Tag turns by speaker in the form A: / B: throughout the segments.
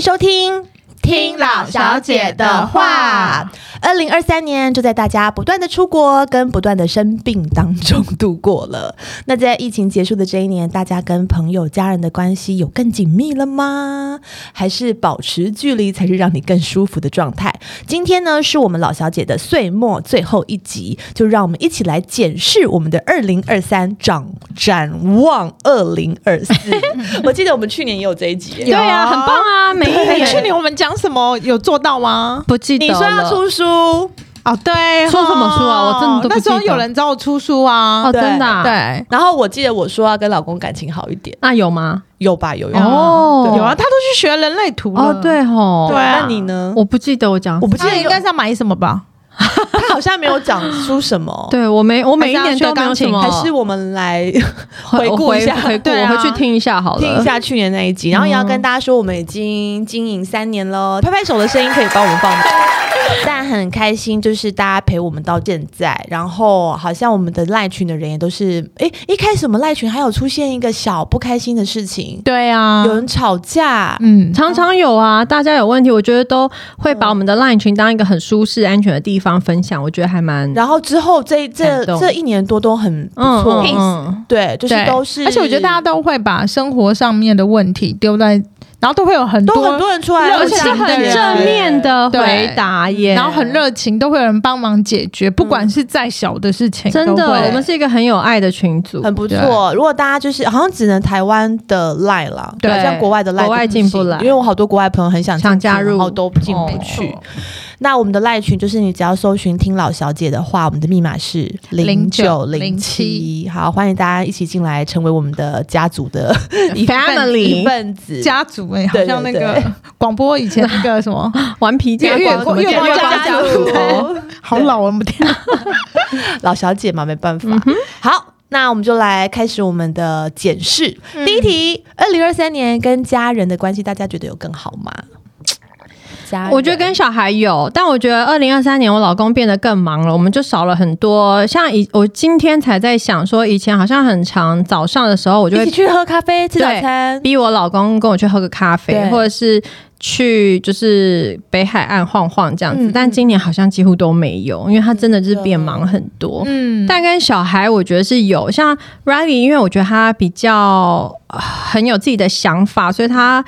A: 收听。
B: 听老小姐的话，
A: 二零二三年就在大家不断的出国跟不断的生病当中度过了。那在疫情结束的这一年，大家跟朋友、家人的关系有更紧密了吗？还是保持距离才是让你更舒服的状态？今天呢，是我们老小姐的岁末最后一集，就让我们一起来检视我们的二零二三，展展望二零 二四。我记得我们去年也有这一集耶，
C: 对啊，很棒啊！每一
B: 哎
C: 年
B: 去年我们讲什么有做到吗？
D: 不记得
A: 你说要
D: 了
A: 出书。
C: 哦，对，
D: 出什么
C: 哦
D: 书啊我真的都不
C: 那时候
D: 记得
C: 有人找我出书啊，
D: 哦，真的啊、
C: 对，
A: 然后我记得我说要跟老公感情好一点，
D: 那有吗？
A: 有吧？有有
D: 哦
C: 有啊，他都去学人类图了
D: 哦，，对吼，
C: 对啊
A: 那你呢？
D: 我不记得我讲
A: 我，不记
C: 他
A: 得
C: 应
A: 有，
C: 该是要买什么吧？
A: 他好像没有讲出什 么。，
D: 对我没，我每一年都没有什么，
A: 还是我们来回
D: 回
A: 顾一下
D: 回顾，
C: 对
D: 我
C: 啊
D: 回去听一下好了。
A: 听一下去年那一集，然后也要跟大家说，我们已经经营三年了，拍拍手的声音可以帮我们放大。但很开心，就是大家陪我们到现在，然后好像我们的赖群的人也都是，诶，一开始我们赖群还有出现一个小不开心的事情，
C: 对啊
A: 有人吵架，
C: 嗯，
D: 常常有啊，大家有问题，我觉得都会把我们的 LINE 群当一个很舒适、安全的地方分享，我觉得还蛮
A: 然后之后这这
D: 感动
A: 这一年多都很不
D: 嗯
A: 错，
D: 嗯嗯
A: 对，就是
C: 对
A: 都是，
C: 而且我觉得大家都会把生活上面的问题丢在，然后都会有很
A: 都
C: 多，
A: 很多人出来，
C: 热
D: 而且
C: 情
D: 是
C: 的
D: 很
C: 人
D: 正面的回答耶，
C: 然后很。热情，都会有人帮忙解决，不管是再小的事情，
D: 嗯真
C: 都
D: 的
C: 会，
D: 我们是一个很有爱的群组，
A: 很不错。如果大家就是好像只能台湾的 line 啦，
D: 对
A: 好像国外的 line
D: 国外
A: 都行
D: 进不来
A: 因为我好多国外朋友很想
D: 想
A: 进去
D: 加入
A: 然后都进不
D: 哦
A: 去。那我们的 line 群就是你只要搜寻“听老小姐”的话，我们的密码是零九零七。好，欢迎大家一起进来，成为我们的家族的一份
D: Family
A: 一份子。
C: 家族哎、好
A: 对
C: 像那
A: 对
C: 个
A: 对
C: 广播以前那个什么，
D: 顽皮家
C: 越
D: 光
C: 越
D: 怎么
C: 越
D: 讲
C: 光家
A: 家
C: 族
A: 族，哦
C: 好老，我们天啊，
A: 老小姐嘛，没办法。好，那我们就来开始我们的检视。第一题，二零二三年跟家人的关系，大家觉得有更好吗？家人
D: 我觉得跟小孩有，但我觉得二零二三年我老公变得更忙了，我们就少了很多。像以我今天才在想说，以前好像很长早上的时候，我就
A: 一
D: 会
A: 起去喝咖啡、吃早餐，
D: 逼我老公跟我去喝个咖啡
A: 对，
D: 或者是去就是北海岸晃晃这样子。
A: 嗯
D: 但今年好像几乎都没有，因为他真的就是变忙很多。
C: 嗯，
D: 但跟小孩，我觉得是有像 Riley，因为我觉得他比较、呃很有自己的想法，所以他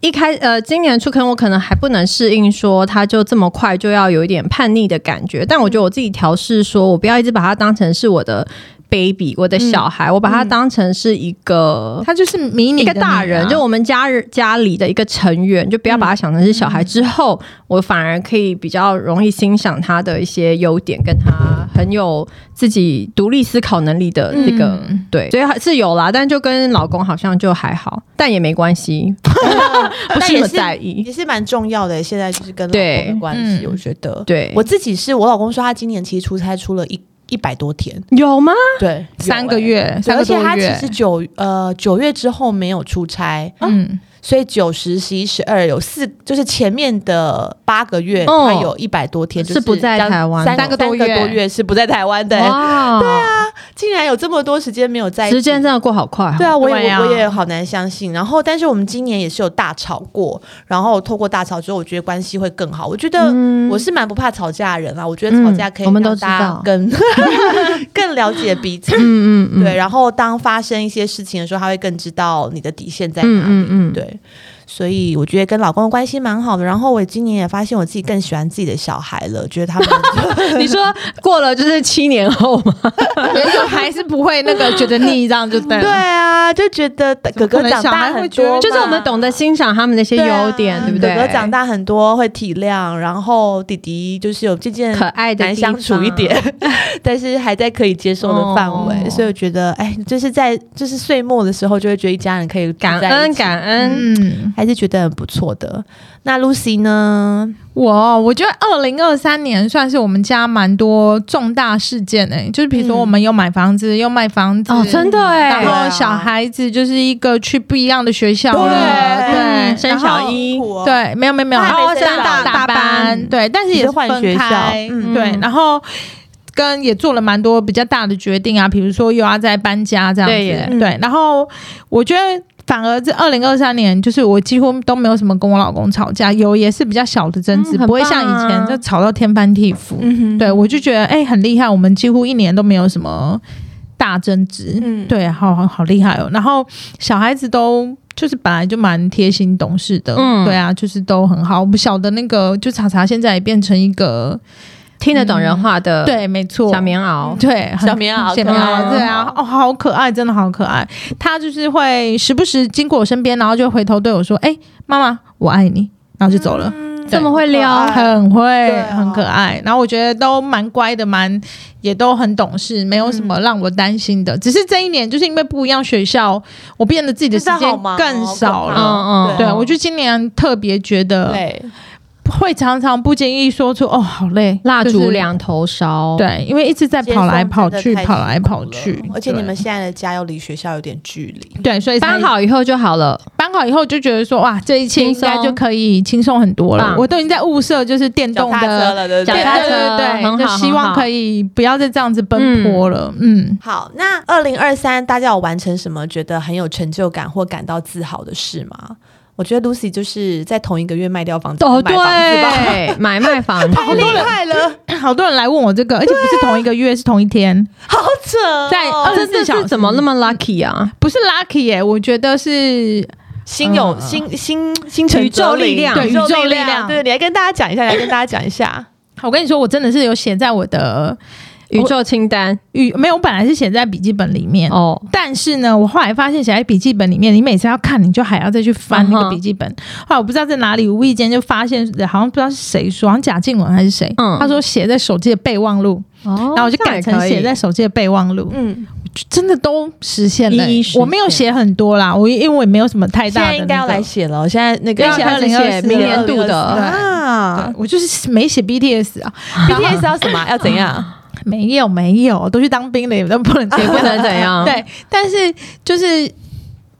D: 一开呃，今年初可能我可能还不能适应，说他就这么快就要有一点叛逆的感觉。但我觉得我自己调试，说我不要一直把他当成是我的 baby，我的小孩，我把他当成是一个。
C: 他就是迷你
D: 一
C: 的嗯
D: 个
C: 你啊
D: 大人，就我们家人家里的一个成员，就不要把他想成是小孩。之后，我反而可以比较容易欣赏他的一些优点，跟他很有自己独立思考能力的这个、
C: 嗯
D: 对，所以还是有啦。但就跟老公好像就还好，但也没 关系，不
A: 但
D: 是那
A: 也
D: 么
A: 是
D: 在意。
A: 也是蛮重要的。现在就是跟老
D: 对
A: 公的关系，
C: 嗯
A: 我觉得。
D: 对，
A: 我自己是我老公说，他今年其实出差出了一一百多天，
D: 有吗？
A: 对，
C: 三
A: 有
C: 个
A: 欸。
C: 月，
A: 对
C: 三
A: 而
C: 个
A: 且
C: 多
A: 他其
C: 月，
A: 实九呃九月之后没有出差，
C: 嗯，
A: 所以九十、十一、十二有四，就是前面的八个月，
D: 哦
A: 他有一百多天就是
D: 不在
A: 将
D: 台湾
A: 三
C: 三
A: 个
C: 个
A: 多
C: 多月
A: 多月是不在台湾的、
D: 哇，对啊，
A: 竟然有这么多时间没有在一起
D: 时间真的过好快、哦。
A: 对啊，我也、
C: 对啊
A: 我我也好难相信。然后，但是我们今年也是有大吵过，然后透过大吵之后，我觉得关系会更好。我觉得
D: 嗯
A: 我是蛮不怕吵架的人啊，我觉得吵架可以
D: 嗯我们
A: 让
D: 都知
A: 大家
D: 道
A: 更更 了解彼此。
D: 嗯嗯嗯，
A: 对，然后当发生一些事情的时候，他会更知道你的底线在哪里。
D: 嗯嗯嗯，
A: 对，所以我觉得跟老公的关系蛮好的。然后我今年也发现我自己更喜欢自己的小孩了，觉得 他们
C: 啊
D: 你说过了就是七年后 吗？
C: 就还是不会那个觉得腻，这样就对
A: 对
C: 了。
A: 啊，就觉得哥哥
C: 可能
A: 长
C: 小
A: 大
C: 孩
A: 很
C: 会觉得
A: 多，
D: 就是我们懂得欣赏他们的一些优点，对,、
A: 啊
D: 不对？
A: 哥哥长大很多，会体谅，然后弟弟就是有渐渐
D: 可爱的
A: 难
D: 地方
A: 相处一点， 但是还在可以接受的范围，
D: 哦
A: 所以我觉得，哎，就是在就是岁末的时候，就会觉得一家人可以
D: 感
A: 聚在一
D: 恩
A: 起，
D: 感恩。
C: 嗯，
A: 还是觉得很不错的。那 Lucy 呢？
C: 我我觉得二零二三年算是我们家蛮多重大事件诶、就是比如说
A: 嗯
C: 我们有买房子，又卖房子，
D: 哦，真的哎、
C: 然
A: 对啊
C: 后小孩子就是一个去不一样的学校
A: 对
C: 了，
D: 嗯
C: 对
D: 生小一
A: 然后很苦哦
C: 对，没有没有没有，
A: 大
C: 然后
A: 班大
C: 大班，对，但是也
A: 是换
C: 分
A: 学校
C: 开
A: 嗯
C: 对，然后。跟也做了蛮多比较大的决定啊，比如说又要再搬家这样
D: 对耶
C: 子，对。然后我觉得反而这二零二三年，就是我几乎都没有什么跟我老公吵架，有也是比较小的争执，
D: 嗯很
C: 不会像以
D: 棒
C: 前
D: 啊
C: 就吵到天翻地覆。
A: 嗯哼，
C: 对我就觉得哎、很厉害，我们几乎一年都没有什么大争执。
A: 嗯，
C: 对，好好好厉害哦。然后小孩子都就是本来就蛮贴心懂事的，
D: 嗯
C: 对啊，就是都很好。我们小的那个就查查现在也变成一个，
D: 听得懂人话
C: 嗯
D: 的
C: 对，嗯没错，
D: 呃小棉袄，
C: 对，很
A: 小棉袄
C: 小
A: 可
C: 棉
A: 爱
C: 袄，对啊，哦，好可爱，真的好可爱。他就是会时不时经过我身边，然后就回头对我说：“哎、妈妈，我爱你。”然后就走了，
A: 嗯
C: 对
D: 这么会撩，
A: 可爱
C: 很会，
A: 对啊
C: 很可爱。然后我觉得都蛮乖的，蛮也都很懂事，没有什
A: 嗯
C: 么让我担心的。只是这一年就是因为不一样学校，我变得自己的时
A: 现在好
C: 间
A: 忙哦
C: 更少
A: 好可
C: 了。
A: 怕哦
D: 嗯嗯，
C: 对，我就今年特别觉得
A: 对，
C: 会常常不经意说出“哦，好累”，
D: 蜡
C: 就
D: 烛
C: 是
D: 两头烧，，
C: 对，因为一直在跑来跑去，跑来跑去。
A: 而且
C: 对
A: 你们现在的家又离学校有点距离，
C: 对，所以才
D: 搬好以后就好了，
C: 搬好以后就觉得说，哇，这一切
D: 轻
C: 应
D: 松
C: 该就可以轻松很多了。
D: 棒
C: 我都已经在物色，就是电
A: 脚
C: 动
A: 踏车
C: 的，
A: 了，对不
D: 脚
A: 对
C: 对
D: 踏
C: 对
D: 车
C: 对
D: 很
C: 对对，
D: 好
C: 就希
D: 很
C: 望
D: 好
C: 可以不要再这样子奔波了。嗯，
A: 好，那二零二三大家有完成什么觉得很有成就感或感到自豪的事吗？我觉得 Lucy 就是在同一个月卖掉房子，
D: 哦，
A: 买房子吧，
D: 对， 买卖房，
A: 太厉害 了，
C: 嗯好多人来问我这个，而且不是同一个月，是同一天，
A: 好扯哦、
C: 在呃二十
D: 这
C: 四
D: 这
C: 小
D: 是
C: 时。
D: 怎么那么 lucky 啊？
C: 不是 lucky 耶、我觉得是
A: 心有
C: 嗯
A: 心心心诚
D: 宇宙
A: 则灵
D: 力量
A: 对
C: 对
A: 宇宙
C: 宇宙
A: 力
C: 力
A: 量，
C: 量
A: 对，你来跟大家讲一下，来跟大家讲一下，
C: 我跟你说，我真的是有写在我的
D: 宇宙清单
C: 语没有，我本来是写在笔记本里面。
D: 哦，
C: 但是呢，我后来发现写在笔记本里面，你每次要看，你就还要再去翻那
D: 嗯
C: 个
D: 哼
C: 笔记本。后来我不知道在哪里，无意间就发现，好像不知道是谁说，好像贾静雯还是谁，
D: 嗯
C: 他说写在手机的备忘录，
D: 哦
C: 然后我就改成写在手机的备忘录，
A: 嗯，
C: 就真的都实现了、
D: 一一实现
C: 我没有写很多啦，我因为我也没有什么太
A: 现
C: 大的、那
A: 在
C: 个，
A: 应该要来写了，现在那个
C: 要写
A: 啊要
C: 2024
D: 写明年度
A: 2024
D: 的，
A: 啊
C: 对，我就是没写 BTS 啊，
A: ，BTS 要 什么？要怎样？
C: 没有没有，都去当兵了，也都不能结
D: 也
C: 婚
D: 不。能怎样，
C: 对，但是就是。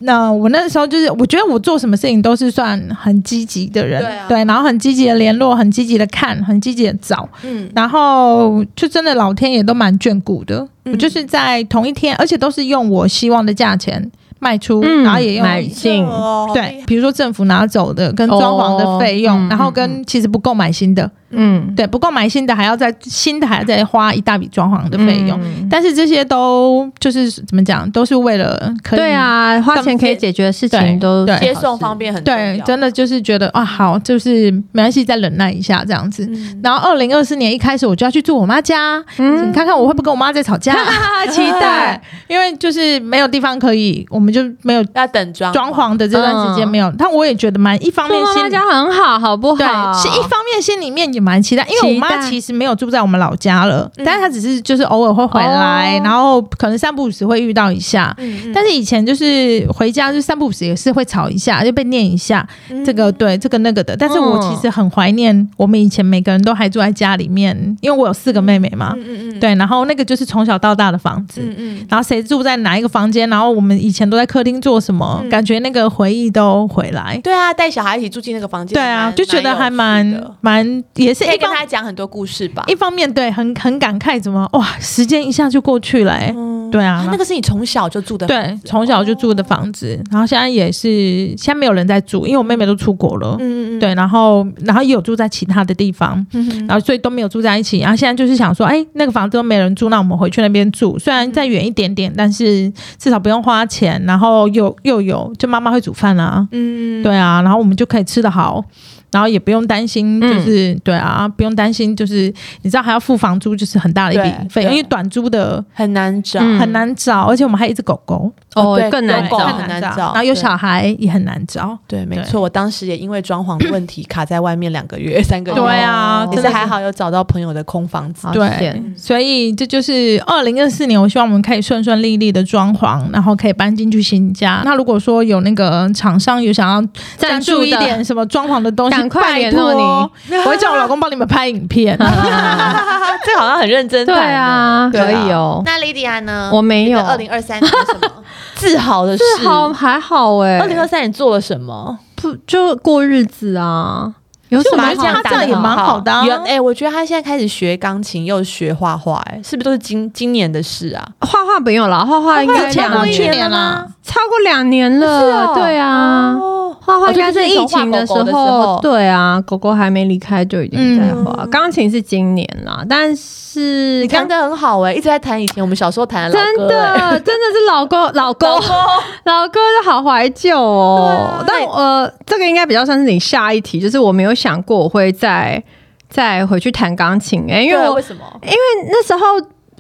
C: 那我那时候就是，我觉得我做什么事情都是算很积极的人，
A: 对啊
C: 然后很积极的联络，很积极的看，很积极的找，
A: 嗯，
C: 然后就真的老天也都蛮眷顾的。
A: 嗯
C: 我就是在同一天，而且都是用我希望的价钱卖出，
D: 嗯
C: 然后也用
D: 买进
A: 哦
C: 对，，比如说政府拿走的跟装潢的费用，
D: 哦嗯
C: 然后跟其实不购买新的，
D: 嗯，
C: 对，不购买新的还要再新的还要再花一大笔装潢的费用。
D: 嗯
C: 但是这些都就是怎么讲，都是为了可以
D: 对啊，花钱可以解决的事情都
C: 对
A: 接送方，便很重要
C: 对，真的就是觉得啊，好，就是没关系，再忍耐一下这样子。
A: 嗯
C: 然后二零二四年一开始我就要去住我妈家，你
D: 嗯，
C: 看看我会不会跟我妈在吵架？
D: 期待，
C: 因为就是没有地方可以，我们就没有
A: 要等装
C: 装潢的这段时间
D: 嗯
C: 没有。但我也觉得蛮一方面
D: 做妈
C: 心
D: 妈
C: 里
D: 家很好，好哦不
C: 对，
D: 好？
C: 是一方面心里面也蛮期待，因为我
D: 期
C: 妈
D: 待
C: 其实没有住在我们老家了，
A: 嗯
C: 但是她只是就是偶尔会回来，
D: 哦
C: 然后可能三不五时会遇到一下。
A: 嗯嗯
C: 但是以前就是回家就三不五时也是会吵一下，就被念一下
A: 嗯
C: 这个对这个那个的。但是我其实很怀念我们以前每个人都还住在家里面，因为我有四个妹妹嘛，
A: 嗯嗯，
C: 对，然后那个就是从小到大的房子，
A: 嗯嗯
C: 然后谁住在哪一个房间，然后我们以前都在客厅做什么，
A: 嗯
C: 感觉那个回忆都回来。
A: 对啊，带小孩一起住进那个房间，
C: 对啊，
A: 蛮
C: 就觉得还蛮
A: 有趣的
C: 蛮也是
A: 可以
C: 一
A: 跟
C: 方
A: 他讲很多故事吧。
C: 一方面对很很感慨，怎么哇，时间一下就过去 了、欸
A: 嗯
C: 对啊
A: 那个是你从小就住的，，
C: 对，从小就住的房子，然后现在也是现在没有人在住，因为我妹妹都出国了，
A: 嗯嗯嗯，
C: 对，然后然后也有住在其他的地方，
A: 嗯
C: 然后所以都没有住在一起，然后现在就是想说，哎、那个房子都没人住，那我们回去那边住，虽
A: 嗯
C: 然再远一点点，但是至少不用花钱，然后又又有就妈妈会煮饭啦、啊，
A: 嗯，
C: 对啊，然后我们就可以吃得好，然后也不用担
D: 嗯
C: 心，就是、对啊，不用担心，就是你知道还要付房租，就是很大的一
A: 对
C: 笔费用，
A: 对
C: 因为短租的
A: 很难找，
D: 嗯
C: 很难找，而且我们还有一只狗狗，
A: 哦
D: 哦
A: 对，
D: 更难
A: 狗
C: 更
A: 很
D: 找，
A: 难
C: 难
A: 找
C: 然后有
A: 对
C: 小孩也很难找，
A: 对，没错，我当时也因为装潢的问题卡在外面两个月、三个月，
C: 对啊
A: 也
C: 真
A: 是
C: 的
A: 还好有找到朋友的空房子
D: 好，
C: 对
D: 险
C: 所以这就是二零二四年，我希望我们可以顺顺利利的装潢，然后可以搬进去新家。那如果说有那个厂商有想要赞
D: 赞
C: 助
D: 助
C: 一
D: 的
C: 点什么装潢的东西，
D: 赶快
C: 拜
D: 联
C: 托
D: 络你，
C: 我会叫我老公帮你们拍影 片。
A: 这好像很认真
D: 对
A: 谈
D: 啊，
A: 呢
D: 可以。哦，
A: 那 Lydia 呢？
D: 我没有，
A: 二零二三年有什么自豪的事？
D: 是好还好哎，
A: 二零二三年做了什么？
D: 不就过日子啊？有什
C: 就
D: 么
C: 我觉得
D: 好
C: 他这样也蛮好的啊
A: 原哎、我觉得他现在开始学钢琴，又学画画，哎，是不是都是今今年的事啊？
D: 画画不用了，画画应该
C: 超
D: 两
C: 过
A: 年
C: 去
A: 了
C: 年
A: 吗
C: 啦，
D: 超过两年了，
A: 哦
D: 对啊。
A: 哦，
D: 画画应该
A: 就是是
D: 疫情
A: 的
D: 的时候，嗯
A: 候，
D: 对啊，狗狗还没离开就已经在画。钢、琴是今年啦，但是
A: 你弹的很好哎、一直在弹以前我们小时候弹的老
D: 真
A: 歌、哎
D: 的真的是 老歌，老歌，老歌就好怀旧哦。
A: 对
D: 但呃，这个应该比较算是你下一题，就是我没有想过我会再再回去弹钢琴、哎，因为
A: 对啊
D: 我
A: 为什么？
D: 那时候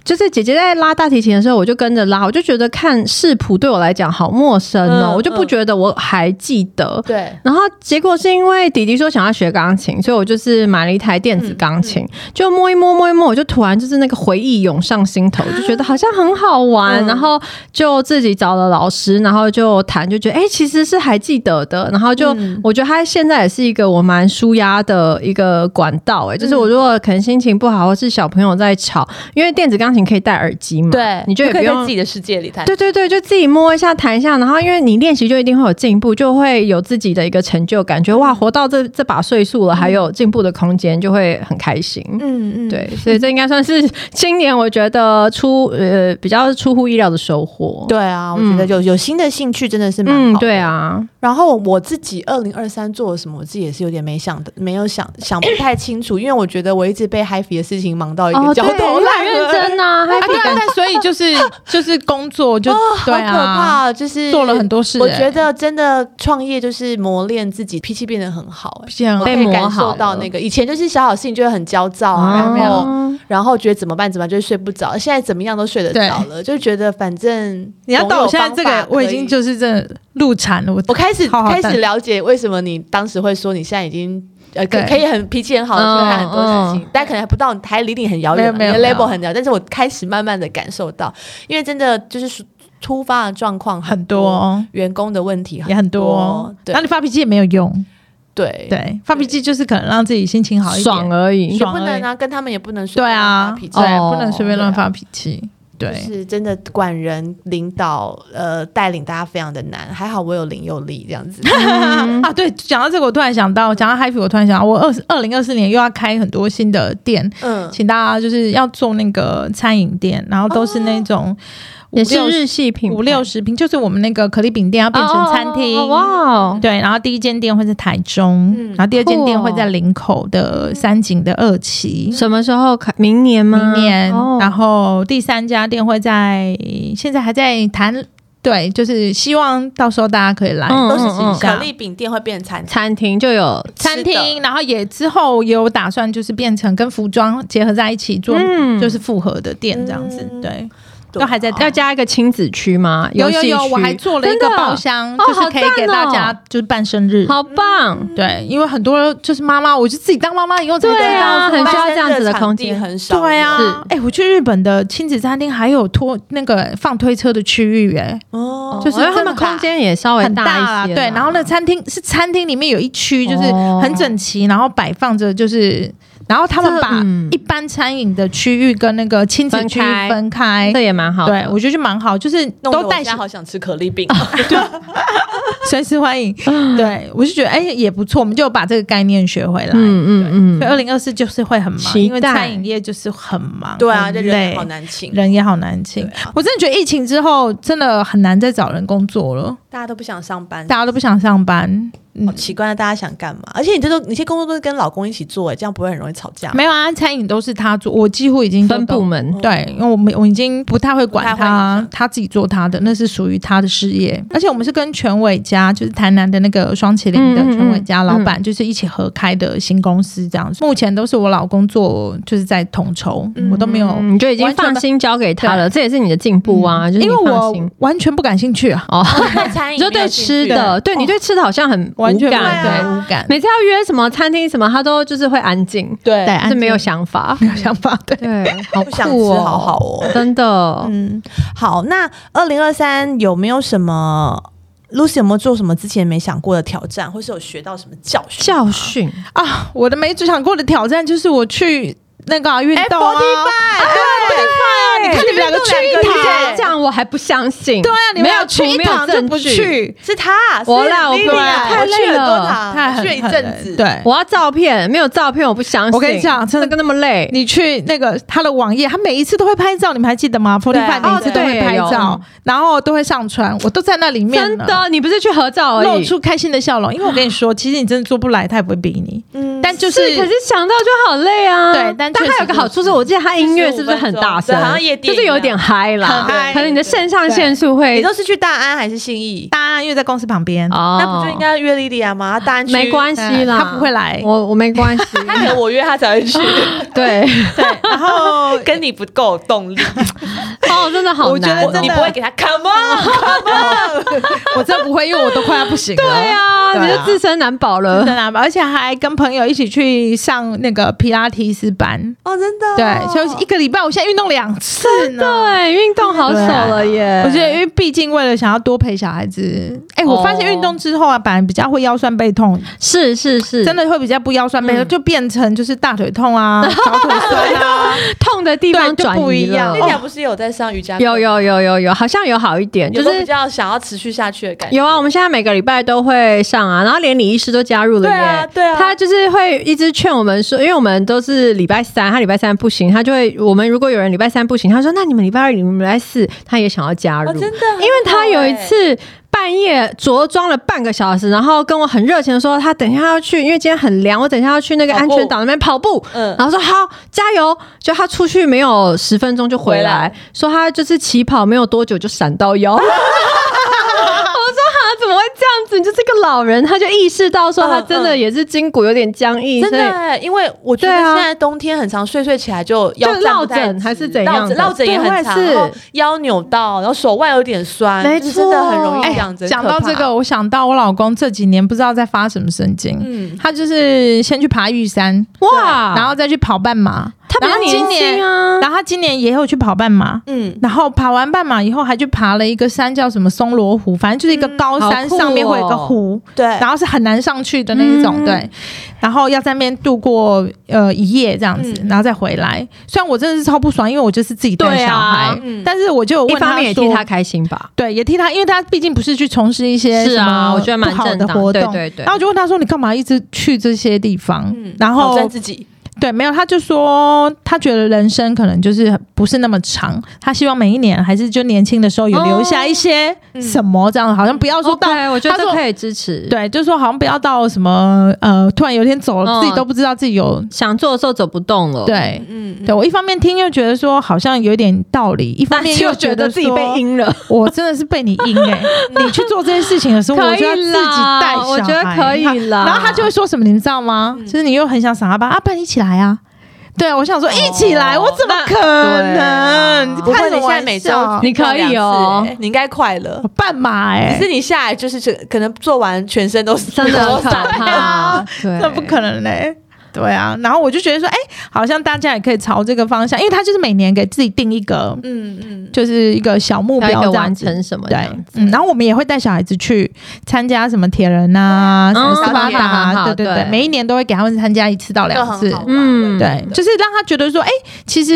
D: 就是姐姐在拉大提琴的时候，我就跟着拉，我就觉得看视谱对我来讲好陌生哦、
A: 嗯
D: 我就不
A: 嗯
D: 觉得我还记得。
A: 对，
D: 然后结果是因为弟弟说想要学钢琴，所以我就是买了一台电子钢
A: 嗯
D: 琴，就摸一摸摸一摸，我就突然就是那个回忆涌上心头，就觉得好像很好玩，
A: 嗯
D: 然后就自己找了老师，然后就弹，就觉得哎、诶其实是还记得的，然后就、
A: 嗯
D: 我觉得它现在也是一个我蛮舒压的一个管道、
A: 嗯
D: 诶就是我如果可能心情不好，或是小朋友在吵，因为电子钢琴可以戴耳机嘛，
A: 对，
D: 你就也
A: 可
D: 不
A: 以在
D: 用
A: 自己的世界里弹。
D: 对对对，就自己摸一下、弹一下，然后因为你练习就一定会有进步，就会有自己的一个成就感觉。哇，活到这这把岁数了，还有进步的空间，就会很开心。
A: 嗯嗯，
D: 对，所以这应该算是今年我觉得出呃比较出乎意料的收获。
A: 对啊，我觉得有有新的兴趣真的是蛮好
D: 嗯，
A: 的
D: 对啊，
A: 然后我自己二零二三做了什么，我自己也是有点没想的，没有想想不太清楚，因为我觉得我一直被 h i f i 的事情忙到一个
D: 哦，
A: 焦
D: 对，
A: 头
D: 你
A: 烂
D: 很认
A: 额，
D: 真啊，还
C: 啊，对啊，但所以 就是就是工作就对
A: 哦好可
C: 啊，
A: 怕哦，就是
C: 做了很。多事欸，
A: 我觉得真的创业就是磨练自己，脾气变得很好、欸。
C: 这样
A: 我可
D: 被
A: 以
D: 磨
A: 感受
D: 好
A: 到
D: 了
A: 那个，以前就是小小事情就会很焦躁啊，
D: 哦
A: 然后然后觉得怎么办怎么办，就是睡不着。现在怎么样都睡得着了，就觉得反正
C: 你要到我
A: 总
C: 现
A: 有
C: 在这
A: 方
C: 个
A: 法，
C: 我已
A: 可以
C: 经就是真的入禅了，我
A: 我开始
C: 好好
A: 开
C: 淡
A: 始了解为什么你当时会说你现在已经呃可
D: 对
A: 可以很脾气很好的去看
D: 嗯
A: 很多事情，但可能还不到，还离你很遥远嘛，
C: 没有
A: 你
C: 没
A: 的
C: 有
A: label 很遥，但是我开始慢慢的感受到，因为真的就是突发的状况
C: 很
A: 多，
C: 多
A: 员工的问题
C: 也很多
A: 多，，
C: 然后
A: 对
C: 你发脾气也没有用，
A: 对。
C: 对，发脾气就是可能让自己心情好一点，
D: 爽而已。
A: 也
C: 爽
A: 不
C: 而已
A: 能啊，跟他们也不能随
C: 对
A: 便
C: 啊
A: 发，脾气，啊
C: 对，
D: 哦
C: 不能随便乱发脾气，
A: 就
C: 对，
A: 是真的管人、领导、呃，带领大家非常的难。还好我有灵有力这样 子，嗯
C: 啊，对，讲到这个，我突然想到，讲到 h i f i 我突然想到，我二二零二四年又要开很多新的店，
A: 嗯，
C: 请大家就是要做那个餐饮店，然后都是那种五
D: 哦也是
C: 六
D: 日系品牌，
C: 五六十平，就是我们那个可丽饼店要变成餐厅。
D: 哦哦哦哇哦，
C: 对，然后第一间店会在台中，
A: 嗯
C: 然后第二间
D: 酷
C: 店会
D: 哦
C: 在林口的三井的二期，
D: 什么时候开？明年吗？
C: 明年，
D: 哦
C: 然后第三家店会在现在还在谈，对，就是希望到时候大家可以来
D: 嗯
A: 都
C: 都是
A: 是
C: 一
A: 可
C: 下。
A: 丽饼店会变成餐
D: 餐厅就有
C: 餐
A: 吃
C: 厅，
A: 的
C: 然后也之后也有打算，就是变成跟服装结合在一起做，
D: 嗯
C: 就是复合的店这样子。
A: 嗯
C: 对，
A: 厅，
C: 都还在
A: 对
D: 要加一个亲子区吗？
C: 哦有
D: 游
C: 有
D: 戏
C: 有，我
D: 区
C: 还做了一
D: 真
C: 个
D: 的
C: 包厢，
D: 哦
C: 就是可以给大
D: 好
C: 家
D: 赞
C: 就是办生日。
D: 好棒！
C: 对，因为很多就是妈妈，我就自己当妈妈以后才知
D: 对
C: 道
D: 啊
C: 说
D: 很
A: 发
D: 需要
A: 生
D: 这样子的
A: 场
D: 空
A: 地
D: 间
A: 很少有。
C: 对
D: 是
C: 啊，哎、我去日本的亲子餐厅还有拖那个放推车的区域、哎、
A: 哦
D: 就是
A: 因为
D: 他们空间也稍微
C: 很
D: 哦大
C: 啦
D: 一些啦，
C: 对。然后那餐厅是餐厅里面有一区，就是
D: 哦
C: 很整齐，然后摆放着就是，然后他们
D: 这
C: 把
D: 嗯
C: 一般餐饮的区域跟那个亲子
D: 分
C: 区
D: 开
C: 分开。
D: 这也蛮好的。
C: 对，我觉得蛮好，就是
A: 弄得
C: 都
A: 我
C: 带
A: 现在
C: 小，
A: 好想吃可丽饼，
C: 随时欢迎。
A: 嗯
C: 对，我就觉得哎、也不错，我们就把这个概念学回来。
D: 嗯嗯
C: 所以二零二四就是会很忙，
D: 期
C: 因为
D: 待
C: 餐饮业就是很忙，
A: 对啊，这
C: 很
A: 人
C: 累，
A: 好难请，
C: 人也好难请。
A: 对啊
C: 我真的觉得疫情之后真的很难再找人工作了，
A: 大家都不想上班，
C: 大家都不想上班。
A: 好
C: 嗯，
A: 奇怪，大家想干嘛？而且你这都，你这些工作都是跟老公一起做，哎，这样不会很容易吵架吗？
C: 没有啊，餐饮都是他做，我几乎已经
D: 嗯，
C: 都
D: 分部
C: 懂。
D: 门
C: 对，因为我们我已经不太会管
A: 不太会影
C: 他
A: 响，
C: 他自己做他的，那是属于他的事业。而且我们是跟全伟家，就是台南的那个双麒麟的
D: 嗯嗯嗯
C: 全伟家老板，就是一起合开的新公司这样子。目前都是我老公做，就是在统筹，我都没有，
D: 嗯你就已经放心交给他了，这也是你的进步啊，就是
C: 因
D: 你
C: 为
D: 放
C: 我
D: 心
C: 完全不感兴趣啊，
D: 哦。
A: 在餐
D: 你
A: 饮
D: 就
A: 没
D: 对
A: 有兴
D: 吃
A: 趣
D: 的，对你对吃的好像很
C: 哦完
D: 无
C: 全不啊
D: 感，啊
C: 对
D: 对。
C: 无感，
D: 每次要约什么餐厅什么，他都就是会安静，
A: 对
C: 对，
D: 是没有想法，
C: 没有想法， 对。
D: 对，好
A: 不想
D: 酷
A: 吃，
D: 哦，
A: 好好， 哦。
D: 真的。
A: 嗯，好，那二零二三有没有什么？Lucy 有没有做什么之前没想过的挑战，或是有学到什么教训？
D: 教训，
C: 啊，我的每组想过的挑战就是我
D: 哎
C: 去那个啊运、动啊，
A: F48
C: 啊对对啊，你看你们两个去
A: 运动两个
C: 一
A: 月
C: 趟，
D: 讲但我还不相信。
C: 对
D: 对
C: 啊，你们
D: 没有
C: 有去
D: 图
C: 一
D: 没有
C: 堂就
D: 证
C: 不
D: 据
C: 去，
A: 是他，是
D: 我啦我
A: Lily
D: 不
A: 啊
D: 太
A: 我去
D: 累
A: 很多
D: 了
A: 堂，
C: 太狠
A: 去一
C: 狠了
A: 阵子，
C: 对，
D: 我要照片，没有照片我不相信。
C: 我跟你讲真的
D: 这个那么累，
C: 你去那个他的网页，他每一次都会拍照，你们还记得吗？Fortify 每一次都会拍
D: 啊哦对有
C: 照，然后都会上传，我都在那里面
D: 真
C: 呢
D: 的，哦你不是去合照而
C: 露
D: 已。
C: 出开心的笑容。因为我跟你说，其实你真的做不来，他也不会逼你。
A: 嗯，
C: 但就是
D: 可是想到就好累啊。
C: 对但确实
D: 它有个好处是，我记得它音乐是不是很大声？
A: 对好像夜店
D: 就是有点嗨啦，
A: 很嗨
D: 可能你的肾上腺素
A: 你
D: 会
A: 都是去大安还是信义？
C: 大家因为在公司旁边，
D: 哦
A: 那不就应该约莉莉亚 吗？大安区
D: 没关系啦，
C: 嗯他不会来
D: 我我没关系，
A: 那可能我约他才 会去，
D: 对，
A: 然后跟你不够 动力，
D: 哦，真的哦好难哦，
C: 我觉得真
A: 你
C: 的
A: 不会给他 come on，come on。
C: 我真的不会，因为我都快要不行了。
D: 对啊，
C: 对
D: 你
C: 啊
D: 就自身难保
C: 真
D: 了。
C: 的啊，而且还跟朋友一起去上那个皮拉提斯班，
A: 哦，真的哦，
C: 对，所以一个礼拜我现在运动两次呢。
D: 对，运动好手了耶！
C: 我觉得，因为毕竟为了想要多陪小孩子，哎、我发现
D: 哦
C: 运动之后啊，本来比较会腰酸背痛，
D: 是是是，
C: 真的会比较不腰酸背痛，
D: 嗯
C: 就变成就是大腿痛 啊、小腿酸啊。
D: 痛的地方
C: 对就
D: 转
C: 不
D: 移
C: 一样
D: 了
A: 莉。莉亚不是有在上瑜伽课？
D: 有哦有有有有，好像有好一点，就
A: 有没有比
D: 是
A: 较想要持续下去的感觉？
D: 有啊，我们现在每个礼拜都会上啊，然后连李医师都加入了
A: 对啊
D: 耶。
A: 对啊
D: 他就是会一直劝我们说，因为我们都是礼拜三，他礼拜三不行，他就会我们如果有人礼拜三不行，他说那你们礼拜二、你们礼拜四，他也想要加入
A: 哦，，真的，哦
D: 因为他有一次半夜着装了半个小时，然后跟我很热情的说，他等一下要去，因为今天很凉，我等一下要去那个安全岛那边跑步。
A: 嗯
D: 然后说好加油，就他出去没有十分钟就回来，
A: 回
D: 说他就是起跑没有多久就闪到腰。我 说哈，怎么会这样子？你就是个老人，他就意识到说他真的也是筋骨有点僵硬，
A: 真
D: 所
A: 的
D: 以
A: 欸，因为我觉得
D: 对啊
A: 现在冬天很常睡睡起来就腰
D: 就
A: 站不
D: 落
A: 太
D: 枕
A: 直
D: 还是怎样
A: 落
D: 的
A: 枕落枕也
D: 对
A: 很
D: 会
A: 长，
D: 是
A: 然后腰扭到，然后手腕有点酸，
D: 没
A: 就是真的很容易
D: 错
A: 这
C: 哎
A: 样子。
C: 讲、
A: 很可
C: 到这
A: 怕，
C: 个，我想到我老公这几年不知道在发什么神经，
A: 嗯，
C: 他就是先去爬玉山，
D: 哇，
C: 然后再去跑半马，
D: 他比
C: 然
D: 较
C: 后今
D: 年轻
C: 年，
D: 啊，
C: 然后他今年也有去跑半马。
A: 嗯，
C: 然后爬完半马以后，还去爬了一个山，叫什么松罗湖，反正就是一个高山，
D: 好酷哦
C: 上面会有一个湖，
A: 对，
C: 然后是很难上去的那一种，
D: 哎嗯
C: 对。然后要在那边度过呃一夜这样子，
A: 嗯
C: 然后再回来。虽然我真的是超不爽，因为我就是自己带
D: 对啊
C: 小孩，
A: 嗯
C: 但是我就有
D: 一
C: 问
D: 方
C: 他
D: 面也
C: 说
D: 替他开心吧。
C: 对，也替他，因为他毕竟不是去从事一些
D: 是
C: 什
D: 啊，
C: 么
D: 我觉得蛮
C: 不好
D: 正
C: 的
D: 当，
C: 活
D: 对
C: 动。
D: 对对
C: 然后我就问他说：“你干嘛一直去这些地方？”
A: 嗯
C: 然
D: 哦
A: 挑
C: 后
A: 战自己，
C: 对，没有，他就说他觉得人生可能就是不是那么长，他希望每一年还是就年轻的时候有留下一
D: 哦
C: 些
D: 嗯
C: 什么这样，好像不要说到
D: OK，我觉得
C: 他
D: 这
C: 说
D: 可以支持。
C: 对，就说好像不要到什么呃，突然有一天走了，
D: 嗯
C: 自己都不知道自己有
D: 想做的时候走不动了，，
C: 对。
A: 嗯，
C: 对我一方面听又觉得说好像有点道理，一方
D: 但
C: 面
D: 是又
C: 觉
D: 觉得自己被
C: 说，
D: 阴了，
C: 我真的是被你阴哎、你去做这些事情 的时候，我就要自己带小孩，
D: 我觉得可以啦。嗯
C: 然后他就会说什么，你们知道吗？就是你又很想赏他吧，阿爸一起来啊。对，我想说一起来，
A: 哦
C: 我怎么可
D: 那
C: 能？
D: 对啊
A: 不
C: 开
A: 会，你现
C: 什么
A: 在
C: 玩
A: 每周
C: 笑？
D: 你可以
A: 运动
D: 哦
A: 两次欸你应该快乐
C: 我。半马哎
A: 可，是你下来就是这可能做完全身都是
D: 真的
A: 都
D: 很
A: 是
D: 可
A: 伤
D: 怕，对，
C: 这欸不可能嘞。对啊，然后我就觉得说，哎，好像大家也可以朝这个方向，因为他就是每年给自己定一个，
A: 嗯嗯，
C: 就是一个小目
D: 要一
C: 标
D: 个
C: 这样
D: 完
C: 子。
D: 成什么这
C: 对
D: 样，
C: 嗯，然后我们也会带小孩子去参加什么铁人啊、
D: 嗯
C: 什么斯
D: 小
C: 巴
D: 铁人
C: 达
D: 很好
C: 啊，对对对，
D: 对
C: 每一年都会给他们参加一次到两次
A: 嗯这很。好
D: 嗯
C: 对，就是让他觉得说，哎、其实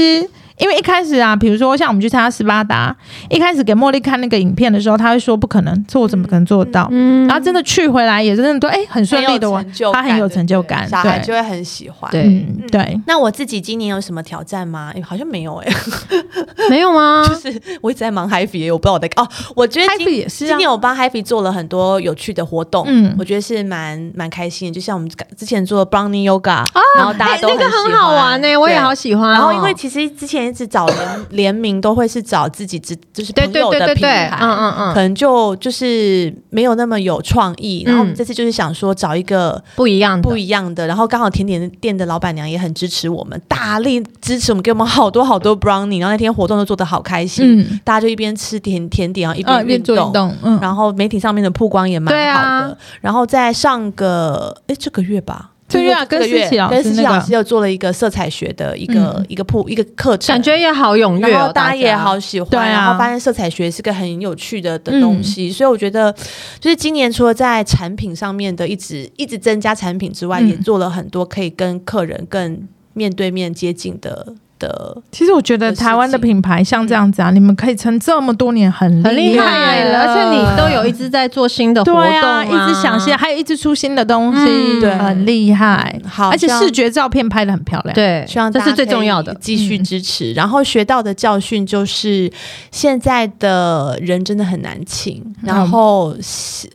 C: 因为一开始啊，比如说像我们去参加斯巴达，一开始给茉莉看那个影片的时候，她会说不可能，这我怎么可能做得到？
D: 嗯
C: 然后真的去回来也真的都哎、很顺利的
A: 很有
C: 玩
A: 成，就
C: 他
A: 感
C: 很有成就感，
A: 对小孩
C: 对，
A: 就会很喜欢。
D: 对
C: 嗯
A: 嗯
C: 对。
A: 那我自己今年有什么挑战吗？哎好像没有哎，
D: 没有啊吗？
A: 就是我一直在忙 h a p p y 我不知道我在干哦。我觉得
C: 孩
A: 今
C: 子也是
A: 今
C: 啊，
A: 年我帮 Happy 做了很多有趣的活动，
C: 嗯
A: 我觉得是蛮蛮开心的。就像我们之前做 Brownie Yoga，、然后大家
D: 哎
A: 都
D: 那个
A: 喜欢
D: 很好玩呢，我也好。喜欢
A: 对
D: 哦。
A: 然后因为其实之前一直找联联名都会是找自己之就是
D: 对
A: 朋
D: 对
A: 友
D: 对
A: 的
D: 对
A: 品
D: 对，
A: 牌，
D: 嗯嗯
A: 可
D: 嗯，
A: 能就就是没有那么有创意。然后我们
D: 嗯
A: 这次就是想说找一个
D: 不一样的，
A: 不一样的，然后刚好甜点店的老板娘也很支持我们，大力支持我们，给我们好多好多 brownie。然后那天活动都做得好开心，
C: 嗯
A: 大家就一边吃甜甜点，然后一
D: 啊
C: 呃，
A: 边
C: 边做运动，嗯，
A: 然后媒体上面的曝光也蛮
D: 对啊
A: 好的。然后在上个哎这个月吧，
C: 这个月啊
A: 这个
C: 跟思琪老师
A: 跟思琪
C: 那个
A: 老师又做了一个色彩学的一个、
C: 嗯
A: 一个铺一个课程，
D: 感觉也好踊跃
A: 然
D: 哦
A: 后，大
D: 家
A: 家也好喜欢，
C: 对啊
A: 然后发现色彩学是个很有趣的的东西，所以我觉得就是今年除了在产品上面的一直一直增加产品之外，
C: 嗯
A: 也做了很多可以跟客人更面对面接近的。的，
C: 其实我觉得台湾的品牌像这样子啊，你们可以撑这么多年，很
D: 很厉害
C: 害
D: 了，而且你都有一直在做新的嗯啊活动、
C: 对啊，一直想新，还有一直出新的东西，
D: 嗯
A: 对
C: 很厉害。
A: 好，
C: 而且
A: 像
C: 视觉照片拍的很漂亮，，
D: 对，
A: 希望
D: 这
A: 大家
D: 是最重要的
A: 可以。继续支持。然后学到的教训就是，现在的人真的很难请，然后是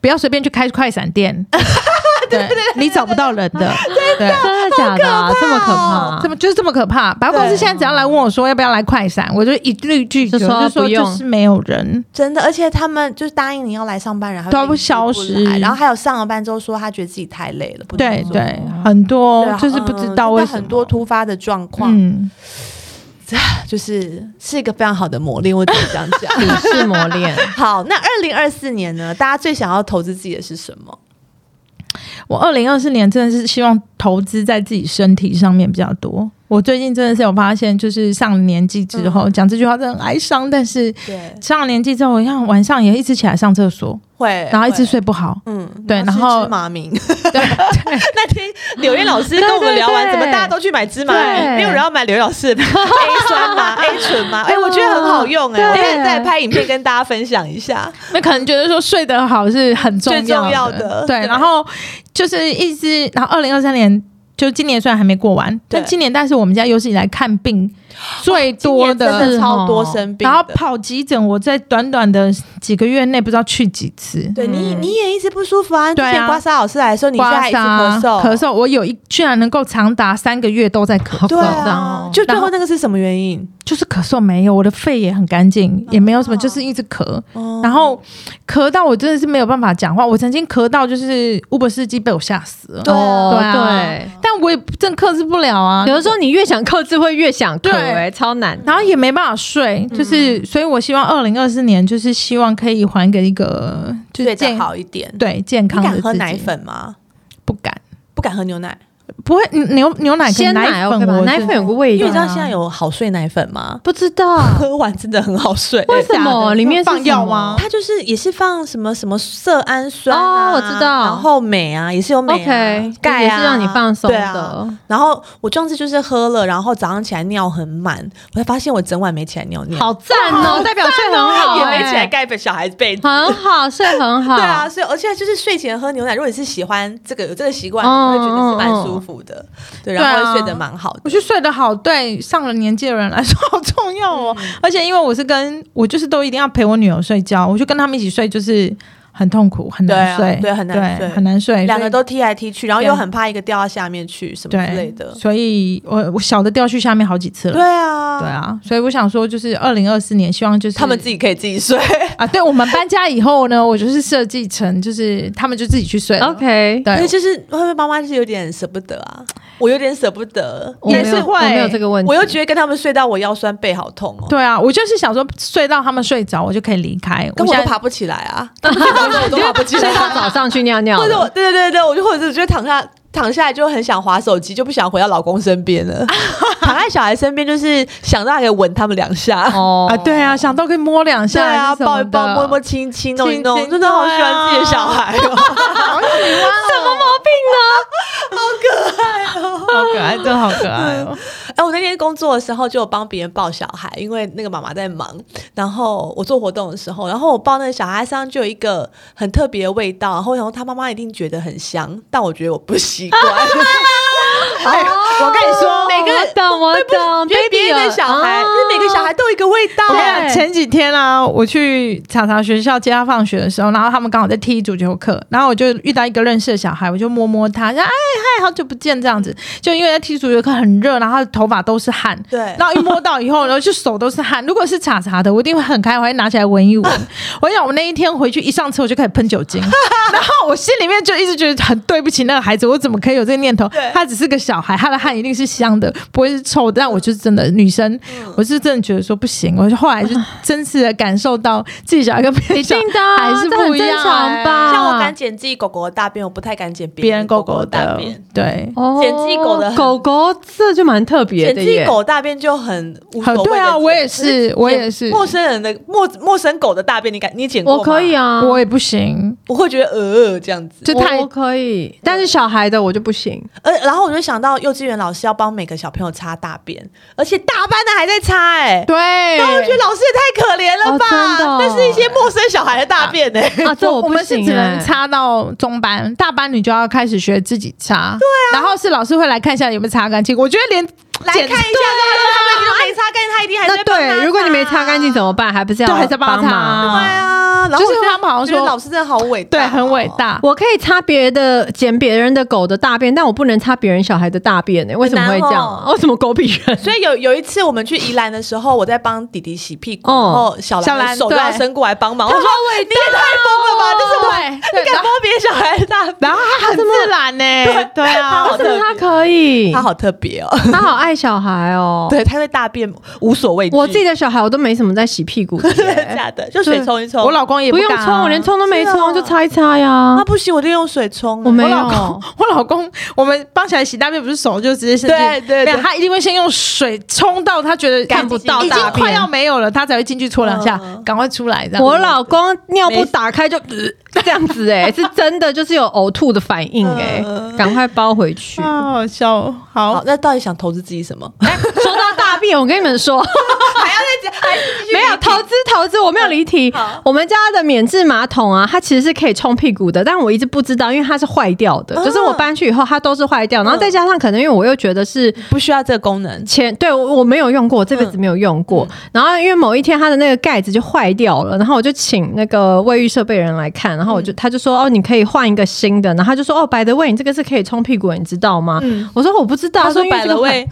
C: 不要随便去开快闪店，对对对，你找不到人的，对。
D: 真的假的、啊？这么可怕？
C: 怎么就是这么可怕？百货公司现在只要来问我说要不要来快闪，我就一律拒绝，
D: 就
C: 就
D: 说
C: 说就
D: 不用
C: 是没有人。
A: 真的，而且他们就是答应你要来上班，然后
C: 都
A: 临时
C: 不消失
A: 不来然后还有上了班之后说他觉得自己太累了，不能
C: 对
A: 做
C: 对，很多
A: 对啊
C: 就是不知
A: 嗯
C: 道为
A: 真
C: 什
A: 的
C: 么
A: 很多突发的状况，
C: 嗯，
A: 就是是一个非常好的磨练，我只 能这样讲。
D: 鄙视磨练？
A: 好，那二零二四年呢？大家最想要投资自己的是什么？
C: 我二零二四年真的是希望投资在自己身体上面比较多。我最近真的是有发现，就是上了年纪之
A: 嗯
C: 后，讲这句话真的很哀伤，但是
A: 对，
C: 上了年纪之后，我像晚上也一直起来上厕所，
A: 会，
C: 然后一直
A: 会。
C: 睡不好。
A: 嗯，
C: 对然后
A: 吃芝麻明， 对， 那天柳叶老师跟我们聊完，
D: 对对对
A: 怎么大家都去买芝麻明，
D: 对
A: 没有人要买柳叶老师的 A 酸 吗？A 醇吗？哎，我觉得很好用哎，
D: 对
A: 我现在在拍影片跟大家分享一下。
C: 那可能觉得说睡得好是很重要的，
A: 最重要的
C: 对，
A: 对
C: 然后就是一直，然后二零二三年。就今年虽然还没过完，
A: 对
C: 但今年但是我们家有史以来看病最
A: 今
C: 多
A: 年真
C: 的，哦
A: 的超多生病的，
C: 然后跑急诊，我在短短的几个月内不知道去几次。
A: 对你你也一直不舒服嗯啊，之
C: 对啊
A: 前刮痧老师来的时候，你现在还一直
C: 刮
A: 咳
C: 痧
A: 嗽
C: 咳，嗽，我有一居然能够长达三个月都在咳
A: 对
C: 嗽，
A: 啊
D: 哦，
A: 就最
C: 然
A: 后
C: 后
A: 那个是什么原因？
C: 就是咳嗽没有，我的肺也很干净，也没有什
A: 啊
C: 么，就是一直咳。
A: 哦
C: 然后咳到我真的是没有办法讲话，我曾经咳到就是 Uber 司机被我吓死了，
A: 对啊嗯
D: 哦
C: 对啊但我也真克制不了啊。
D: 有的时候你越想克制，会越想克、
C: 对
D: 哎，超难。
C: 然后也没办法睡，就是，
A: 嗯
C: 所以我希望二零二四年就是希望可以还给一个就是
A: 睡
C: 健
A: 得好一点。
C: 对健
A: 你
C: 康的
A: 敢
C: 自己
A: 喝奶？粉吗？
C: 不敢，
A: 不敢喝牛奶，
C: 不会嗯牛牛奶
D: 鲜
C: 跟
D: 奶
C: 奶
D: OK
C: 粉
D: 吧？
C: 我哦
D: 奶
C: 是
D: 粉有个味
A: 因为
D: 道
A: 你知，道现在有好睡奶粉吗？
D: 不知道
A: 喝完 真的很好睡。
D: 为什
C: 假
D: 么
C: 的
D: 里面是
C: 放药吗
D: 什么？
A: 它就是也是放什么什么色胺酸啊
D: 哦我知道
A: 然后镁啊也是有镁、啊、
D: OK，
A: 钙
D: 也
A: 啊
D: 是让你放松
A: 对啊。
D: 的，
A: 然后我上次就是喝了，然后早上起来尿很满，我才发现我整晚没起来尿尿，
D: 好赞哦，代表睡很好、
A: 也没起来
D: 哎
A: 盖被小孩子被子。
D: 很好，睡很好。
A: 对啊，，所以而且就是睡前喝牛奶，如果你是喜欢这个有这个习惯，
D: 嗯
A: 我会觉得是蛮舒服的，
D: 哦
A: 对，然后会睡得蛮好的。
D: 啊
C: 我觉得睡得好，对上了年纪的人来说好重要哦。
A: 嗯
C: 而且因为我是跟我就是都一定要陪我女儿睡觉，我就跟他们一起睡，就是很痛苦，很难
A: 对啊
C: 睡，
A: 对很难睡
C: 很难睡，
A: 两个
C: 所
A: 都踢来踢去，然后又很怕一个掉到下面去什
C: 以
A: 么之类
C: 对
A: 的。
C: 所以我我小的掉去下面好几次
A: 对
C: 了。
A: 啊，
C: 对，啊，所以我想说，就是二零二四年，希望就是
A: 他们自己可以自己睡。
C: 啊，对我们搬家以后呢，我就是设计成就是他们就自己去睡了
A: 哦
D: OK，
A: 因
C: 对
A: 为，就是会不会妈妈就是有点舍不得啊？我有点舍不得，
D: 我没有
A: 但是
D: 我没有这个问题，
A: 我又觉得跟他们睡到我腰酸背好痛哦，
C: 对啊，我就是想说睡到他们睡着，我就可以离开。
A: 跟我
C: 现
A: 都
C: 在
A: 爬不起来啊，跟我睡到我都爬不起
D: 睡到
A: 来，
D: 早上去尿尿了，
A: 或者我对对对对，我就或者是觉得躺下躺下来就很想划手机，就不想回到老公身边了，躺在小孩身边就是想让给吻他们两下。
D: 哦
C: 啊，对啊，想到可以摸两
A: 对
C: 下，
A: 啊，抱一抱，摸一摸，，亲一亲，弄一弄，
C: 亲亲
A: 真的好喜欢自己的小孩哦，
C: 好可啊爱，真哦的好可爱哦。
A: 哎、我那天工作的时候就有帮别人抱小孩，因为那个妈妈在忙。然后我做活动的时候，然后我抱那个小孩，身上就有一个很特别的味道。然后然后他妈妈一定觉得很香，但我觉得我不习 惯。哎我跟你说，每个
C: 哦
D: 我懂哦我懂，啊
A: 因为别人的小孩，就是每个小孩都有一个味道、
C: 对
A: 啊。
C: 啊，前几天啊，我去查查学校接他放学的时候，然后他们刚好在踢足球课，然后我就遇到一个认识的小孩，我就摸摸他，说：“哎嗨，好久不见。”这样子，就因为在踢足球课很热，然后他的头发都是汗，
A: 对
C: 然后一摸到以后，然后就手都是汗。如果是查查的，我一定会很开，我会拿起来闻一闻。 我想我那一天回去一上车，我就开始喷酒精，然后我心里面就一直觉得很对不起那个孩子，我怎么可以有这个念头
A: 对？
C: 他只是个小孩，他的汗一定是香的，不会是臭的。但我就是真的女生，我是真的觉得说不行，我就后来就真实的感受到自己小孩跟别
D: 一
C: 人小
D: 定
C: 孩
D: 的啊
C: 还是
D: 这很
C: 不一样哎
D: 正常吧？
A: 像我敢捡自己狗狗的大便，我不太敢捡
C: 啊别人
A: 人
C: 狗
A: 狗
C: 狗
A: 大
C: 的
A: 便。，
C: 对。
D: 哦
A: 捡自己狗的很
D: 狗狗，这就蛮特别
A: 捡
D: 的
A: 自己
D: 耶。
A: 狗大便就很无所
C: 很
A: 谓的
C: 对啊，
A: 捡
C: 我也
A: 可
C: 是，我也是，
A: 陌生人的陌陌生狗的大便，你敢你捡过
D: 我
A: 吗
D: 可以啊，
C: 我也不行，
A: 我会觉得呃这样子。
C: 就太
D: 我我可以，但是小孩的我就不行。
A: 呃，然后我就想到幼稚园老师要帮每个小朋友擦大便，而且大班的还在擦、哎，
C: 对，
A: 那我觉得老师也太可怜了吧？
D: 哦真的哦
A: 那是一些陌生小孩的大便呢、哎
D: 啊，这
C: 我
D: 我不
C: 们是
D: 行、
C: 只能
D: 欸
C: 擦到中班，大班你就要开始学自己擦。对啊，然后是老师会来看一下有没有擦干净。我觉得连
A: 来看一下，他们都没擦干净，他一定还在
D: 哎那
A: 帮他
D: 对，如果你没擦干净怎么办？还不是要
C: 对还是帮
D: 帮
C: 他
D: 忙？
A: 对啊，然后
C: 就是
A: 我觉得
C: 他们好像
A: 觉得
C: 说
A: 老师真的好伟大
C: 对
A: 哦，
C: 很伟大。
D: 我可以擦别的捡别人的狗的大便，但我不能擦别人小孩的大便呢、为什么会这样
A: 很
D: 啊？
A: 难哦
D: 为什么狗比人？
A: 所以有有一次我们去宜兰的时候，我在帮弟弟洗屁股，
D: 嗯
A: 然后小
C: 小
A: 兰的
C: 兰
A: 手就要
C: 对
A: 伸过来帮忙，我说你也太疯了吧，就是我
C: 对
A: 你
C: 对，
A: 敢摸别人小孩的大
C: 然后他很自然呢， 对啊，
A: 好
D: 为什么
A: 特
D: 它
A: 别，
D: 可以？
A: 他好特别哦，
D: 它好爱小孩哦。
A: 对，他对大便无所畏惧，
D: 我自己的小孩我都没什么在洗屁股的
A: 真的
D: 耶，
A: 假的，就水冲一冲，
C: 我老公也
D: 不用
C: 敢啊
D: 冲，我连。冲都没
A: 是哦
D: 冲，就擦一擦呀
A: 啊。不行，我就用水冲，
D: 我没
C: 我
D: 有
C: 老公， 我老公，我们帮小孩洗大便不是手就直接伸进去，
A: 对对对
C: 没有他一定会先用水冲到他觉得
D: 看不到
C: 已经
D: 大便
C: 快要没有了，他才会进去搓两下
A: 嗯，
C: 赶快出来这样。
D: 我老公尿布打开就呃这样子 哎、是真的就是有呕吐的反应哎、
A: 嗯
D: 赶快包回去。
C: 啊好笑哦，
A: 好
C: 好，，
A: 那到底想投资自己什么？
D: 说到大便，我跟你们说，
A: 还要再讲，还继续
D: 没有投资投资，我没有离题
A: 好。
D: 我们家的免治马桶啊，它其实是可以冲屁股的，但我一直不知道，因为它是坏掉的，
A: 嗯
D: 就是我搬去以后它都是坏掉，然后再加上可能因为我又觉得是
A: 不需要这个功能，
D: 前对我我没有用过，我这辈子没有用过。
A: 嗯
D: 然后因为某一天它的那个盖子就坏掉了，然后我就请那个卫浴设备人来看，然后我
A: 嗯
D: 就、他就说哦，你可以换一个新的，然后他就说哦，by the way，你这个是可以冲屁股的，你知道吗？我说我不知道，
A: 嗯他说
D: 因为
A: 摆
D: 这个
A: 了
D: 坏
A: 位，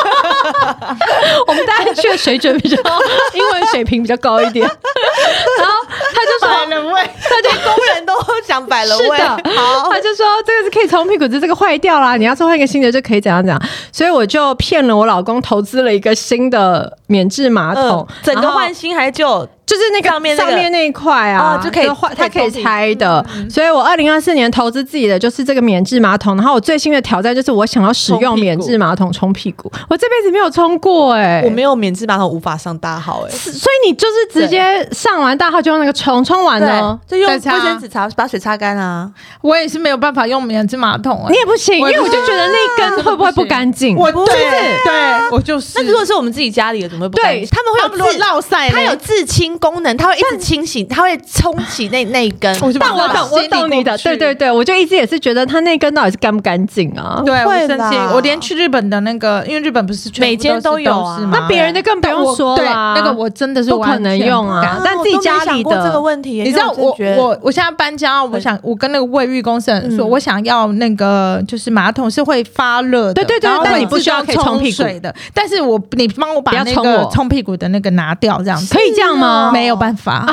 D: 我们大家去的水准比较，英文水平比较高 一点。然后他就说，
A: 大家工人都 想摆了
D: 是
A: 位，
D: 的
A: 好
D: 他。就说这个是可以冲屁股，只是这个坏掉啦，你要是换一个新的就可以怎样怎样。所以我就骗了我老公，投资了一个新的免治马桶
A: 嗯，，整个
D: 然后
A: 换新还是旧？
D: 就是那个
A: 上面那个
D: 上面那一块啊，
A: 哦就可以
D: 换，
A: 可以嗯
D: 它可以拆的。所以我二零二四年投资自己的就是这个免治马桶，然后我最新的挑战就是我想要使
A: 冲
D: 用
A: 屁股
D: 免治马桶冲屁股，我这辈子没有冲过哎、
A: 我没有免治马桶无法上大号 哎、
D: 所以你就是直接上完大号就用那个冲，冲完哦呢
A: 对，就用
C: 再
A: 卫
C: 擦
A: 生纸哦擦把水擦干啊。
C: 我也是没有办法用免治马桶、欸，
D: 你也不行，因
C: 我也不
D: 为我就觉得那
C: 真
D: 根
C: 的
D: 会不会不
C: 行
D: 干净？
C: 我
A: 不
C: 对
A: 是
C: 对，啊我就是。
A: 那如果是我们自己家里的，怎么会不干
D: 对
A: 净他们
C: 他们如果
A: 会有自，
C: 落塞，
A: 它有自清功能，它会一直清洗，它会冲洗那那一 根。
C: 我就
D: 但我
C: 把它
D: 懂，我
C: 心里过
D: 懂
C: 不
D: 你的，
C: 去
D: 对对对，我就一直也是觉得它那根到底是干不干净啊？
C: 对，
A: 会
C: 我生气
A: 啦，
C: 我连去日本的那个，因为日本不是全部
A: 每间
C: 都
A: 都
C: 是
A: 有啊
C: 都是吗
D: 那别人的更不
C: 但
D: 用
C: 我
D: 说
C: 对
D: 了啊，
C: 那个我真的是
D: 不可
C: 完全
D: 能用啊
C: 不敢
A: 啊
D: 但自己家里的
A: 我都没想过这个问题耶，
C: 你知道
A: 因为
C: 我
A: 真的觉得
C: 我我现在搬家，我想我跟那个卫浴公司的人说，
A: 嗯
C: 我想要那个就是马桶是会发热的，
D: 对对对
C: 然后
D: 但
C: 会
D: 你不
C: 自
D: 需要
C: 动
D: 可以冲屁股
C: 水的，但是我你帮我把
D: 不要
C: 那
D: 冲
C: 个
D: 我
C: 冲屁股的那个拿掉，这样子
D: 可以这样吗？
C: 没有办 法。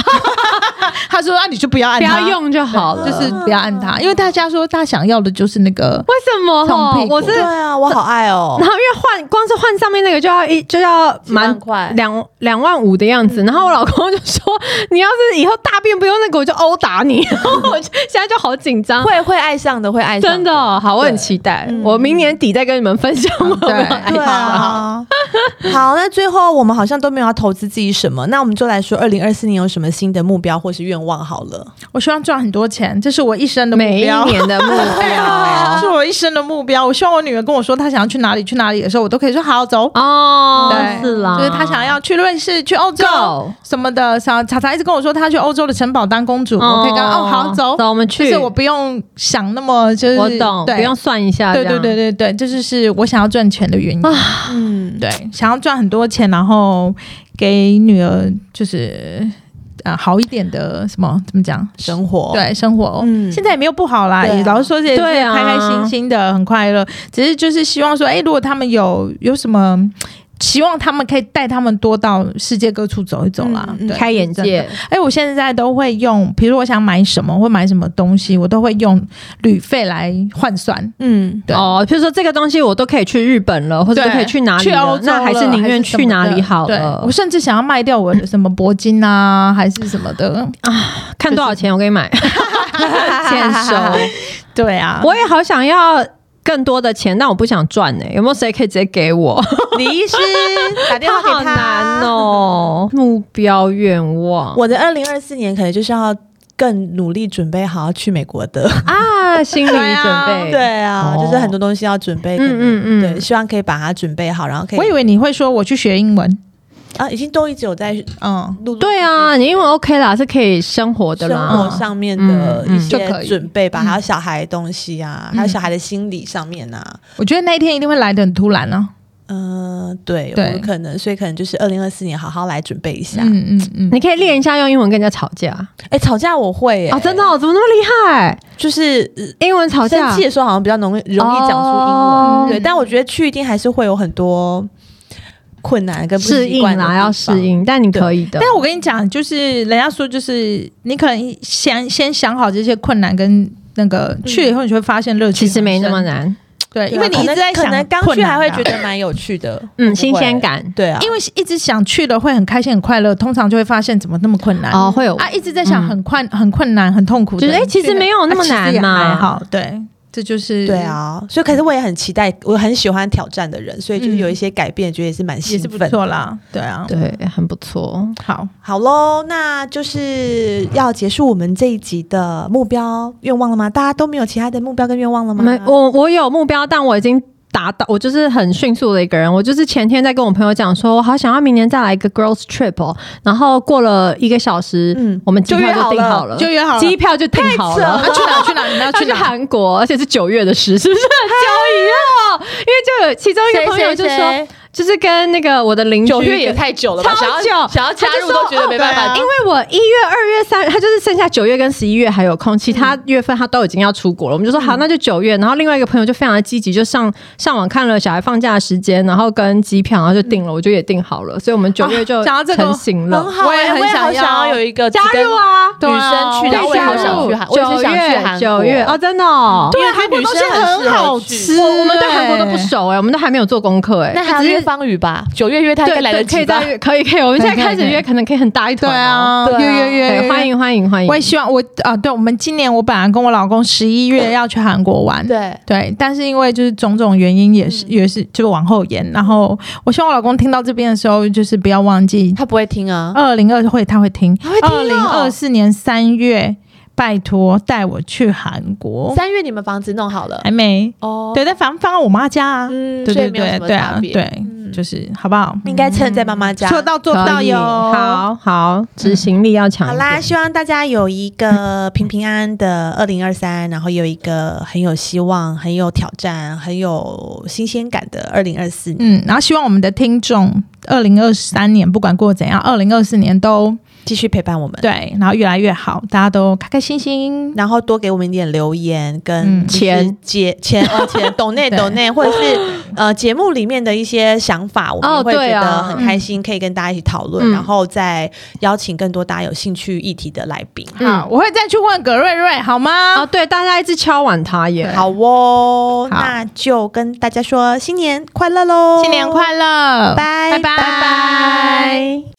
C: 他说啊，你就不要按
D: 不
C: 它，
D: 要用就好了。
C: 就是不要按它，因为大家说他想要的就是那个
D: 为什么
C: 冲
D: 吼
C: 屁？股
D: 我是
A: 对
D: 然
A: 啊，我好爱哦、
D: 后因为换光是换上面那个就要一就要蛮
A: 几万块
D: 两两万五的样
C: 嗯
D: 子，然后我老公就说 你要是以后大便不用那个我就殴打你， 然后我就现在就好紧张。
A: 会会爱上的，会爱上
D: 真的哦好，我很期待，我明年底再跟你们分享我
C: 嗯哦对
D: 们的爱
A: 对啊
C: 啊，
A: 好，那最后我们好像都没有要投资自己什么，那我们就来说二零二四年有什么新的目标或是愿望好了。
C: 我希望赚很多钱，这是我一生的目
D: 每一
C: 标。
D: 年的目 标
C: 是我一生的目标。我希望我女儿跟我说她想要去哪里去哪里的时候，我都可以说好走。
D: 哦
C: 对，，
D: 是啦，
C: 就是她想要去瑞士、去欧洲
D: Go
C: 什么的。想查查一直跟我说她去欧洲的城堡当公主，我可以跟她哦好走，
D: 走我们
C: 就
D: 去，
C: 是我不用想那么就是
D: 我懂，
C: 对
D: 不用啊算一下，
C: 对对对
D: 对，
C: 对对，这就是我想要赚钱的原因。
D: 啊
A: 嗯，
C: 对，想要赚很多钱，然后给女儿就是啊、呃好一点的什么怎么讲
A: 生活，
C: 对生活，哦
A: 嗯
C: 现在也没有不好啦，
A: 对啊
C: 也老实说，这也是
D: 哦对啊
C: 开开心心的，很快乐。只是就是希望说，哎、如果他们有有什么，希望他们可以带他们多到世界各处走一走啦，
A: 嗯嗯
C: 对
D: 开眼。
C: 是真的
D: 界，
C: 哎、我现在都会用，比如我想买什么或买什么东西，
D: 嗯
C: 我都会用旅费来换算。
A: 嗯，
C: 对
D: 哦，譬如说这个东西我都可以去日本了，或者
C: 对
D: 都可以去哪里
C: 去欧
D: 了，
C: 洲啊
D: 那还是宁愿去哪里
C: 了
D: 好
C: 还是什么的。对
D: 了
C: 我。甚至想要卖掉我的什么铂金 啊，还是什么的。
D: 看多少钱我给 你买，现 收。
C: 对啊，
D: 我也好想要更多的钱，但我不想赚呢。有没有谁可以直接给我？
A: 李医师打电话给
D: 好难哦。目标愿望，
A: 我的二零二四年可能就是要更努力准备好要去美国的。
D: 啊，心理准
C: 对啊
D: 备，
A: 对啊，
D: 哦
A: 就是很多东西要准备。嗯嗯
D: 嗯嗯嗯
A: 对，希望可以把它准备好，然后可以。
C: 我以为你会说我去学英文，
A: 啊，已经都一直有在
C: 嗯，
A: 录。
D: 对啊，你英文 OK 啦，是可以生活的
A: 生
D: 啦。
A: 活上面的
D: 嗯嗯
A: 一
C: 就可
A: 些
C: 以
A: 准
D: 嗯
A: 备吧，还有小孩的东西啊，还有
C: 嗯
A: 小孩的心理上面啊，
C: 我觉得那一天一定会来的很突然啊。
A: 嗯，对，
C: 对
A: 有可能，所以可能就是二零二四年好好来准备一下。
C: 嗯嗯嗯，
D: 你可以练一下用英文跟人家吵架
A: 哎，吵架我会，
D: 哦，
A: 哎，
D: 真的、哦，怎么那么厉害？
A: 就是呃
D: 英文吵架
A: 生气的时候好像比较容易容易讲出英
D: 哦
A: 文，对，但我觉得去一定还是会有很多困难跟不
D: 适
A: 习
D: 应
A: 惯的
D: 啦，
A: 地
D: 要
A: 方
D: 适。应，但你可以的。
C: 但我跟你讲，就是人家说，就是你可能先先想好这些困难跟那个去了以后，你就会发现乐趣
D: 其实没那么
C: 很深。
D: 难，
C: 对，
A: 对啊
C: 因为你一直在
A: 可能
C: 想
A: 可能刚
C: 困
A: 去
C: 难
A: 还会
C: 啊
A: 觉得蛮有趣的，
D: 嗯，
A: 会
D: 新鲜。感
A: 对啊，
C: 因为一直想去了会很开心很快乐，通常就会发现怎么那么困难
D: 哦，会有
C: 啊！一直在想
D: 嗯
C: 很困很困难很痛苦的，
D: 觉得哎其实没有那么难嘛
C: 啊其实也还好，对，这就是
E: 嗯
A: 对，啊，所以可是我也很期待，我很喜欢挑战的人，所以就是有一些改变，觉得也是
E: 嗯
A: 蛮
C: 也
A: 兴
C: 是
A: 奋
C: 不
A: 的
C: 错。啦，对啊，
D: 对，很不错。
C: 好，
A: 好喽，那就是要结束我们这一集的目标愿望了吗？大家都没有其他的目标跟愿望了吗？
D: 没，我我有目标，但我已经达到，我就是很迅速的一个人。我就是前天在跟我朋友讲说，我好想要明年再来一个 girls trip 哦。然后过了一个小时，
A: 嗯
D: 我们机票就订好了，
C: 就约好了，
D: 机票就订好了。
C: 啊那去哪去哪，你们要
D: 要
C: 去
D: 去
C: 哪？
D: 韩国，而且是九月的事，是不是很久以后？啊因为就有其中一个朋友就说，就是跟那个我的邻居
E: 九月也太久了吧？
D: 超
E: 想要
D: 久
E: 想要加入都觉得没办
C: 他
E: 法
C: 就
D: 因。为我一月、二月、三，他就是剩下九月跟十一月还有空，其他月份他都已经要出国了。我们就说好，那就九月。然后另外一个朋友就非常的积极，就上上网看了小孩放假的时间，然后跟机票，然后就订了，我就也订好了。所以我们九月就
C: 啊讲到这个
D: 成型
A: 哎
D: 了
A: 哦
E: 很。好，
C: 我也很
E: 我
C: 想
E: 好
C: 要
E: 想要有一个
D: 加入啊，
E: 跟女生去，
C: 对啊
E: 然后我也好想去韩，我也是想去韩国。
D: 九月哦，真的
A: 啊
D: 哦。
E: 因为
C: 韩国
E: 女
C: 东西
E: 生很适
C: 很
E: 合
C: 好
E: 去
C: 吃，
D: 我们对韩国都不熟哎、我们都还没有做功课哎、
E: 那还要约方宇吧，九月约他应该
D: 对
E: 来得
D: 对，可
E: 及
D: 以
E: 吧？
D: 再可以可以，我们现在开始
C: 可以可
D: 约，
C: 以
D: 可能可以很大一
C: 对
D: 团、
C: 啊，
D: 哦。
A: 对啊
C: 约约约约，
D: 对，欢。迎欢迎
E: 哎
D: 欢迎
C: 我也。希望我啊，对我们今年我本来跟我老公十一月要去韩国玩，
E: 对，嗯
C: 对，但是因为就是种种原因，也是、也是就往后延。然后我希望我老公听到这边的时候，就是不要忘记
E: 他不会听啊。
C: 二零二会他会听，
E: 他会听
C: 二
E: 哦
C: 零二四年三月，拜托带我去韩国，
E: 三月你们房子弄好了
C: 还没
E: 哦，
C: 哦哎对，但反正放在我妈家啊，
E: 嗯，
C: 对
E: 所
C: 对
E: 以没有
C: 对
E: 什么
C: 对啊
E: 差，别。嗯
C: 对，就是好不好？
A: 应该趁在妈妈家。
C: 说到做
D: 可
C: 到
D: 以
C: 哟，
D: 好好，执行力要强
A: 好
D: 一
A: 啦，
D: 点。
A: 希望大家有一个平平安安的二零二三，然后有一个很有希望、很有挑战、很有新鲜感的二零二四年，
C: 嗯，然后希望我们的听众，二零二三年不管过怎样，二零二四年都
A: 继续陪伴我们，
C: 对，然后越来越好，大家都开开心心。
A: 然后多给我们一点留言跟
C: 嗯
A: 就是
D: 钱
A: 结钱哦钱抖内
C: 对
A: 抖内，或者是呃节目里面的一些想法，我
D: 哦
A: 们会
D: 对
A: 觉得
D: 啊
A: 很开心，可以跟大家一起讨论，
D: 嗯
A: 然后再邀请更多大家有兴趣议题的来宾。
C: 好，我会再去问葛瑞瑞，好吗？
D: 哦，对，大家一直敲碗他耶。
A: 好哦，
C: 好
A: 那就跟大家说新年快乐喽！
C: 新年快乐，
A: 拜
C: 拜拜
A: 拜。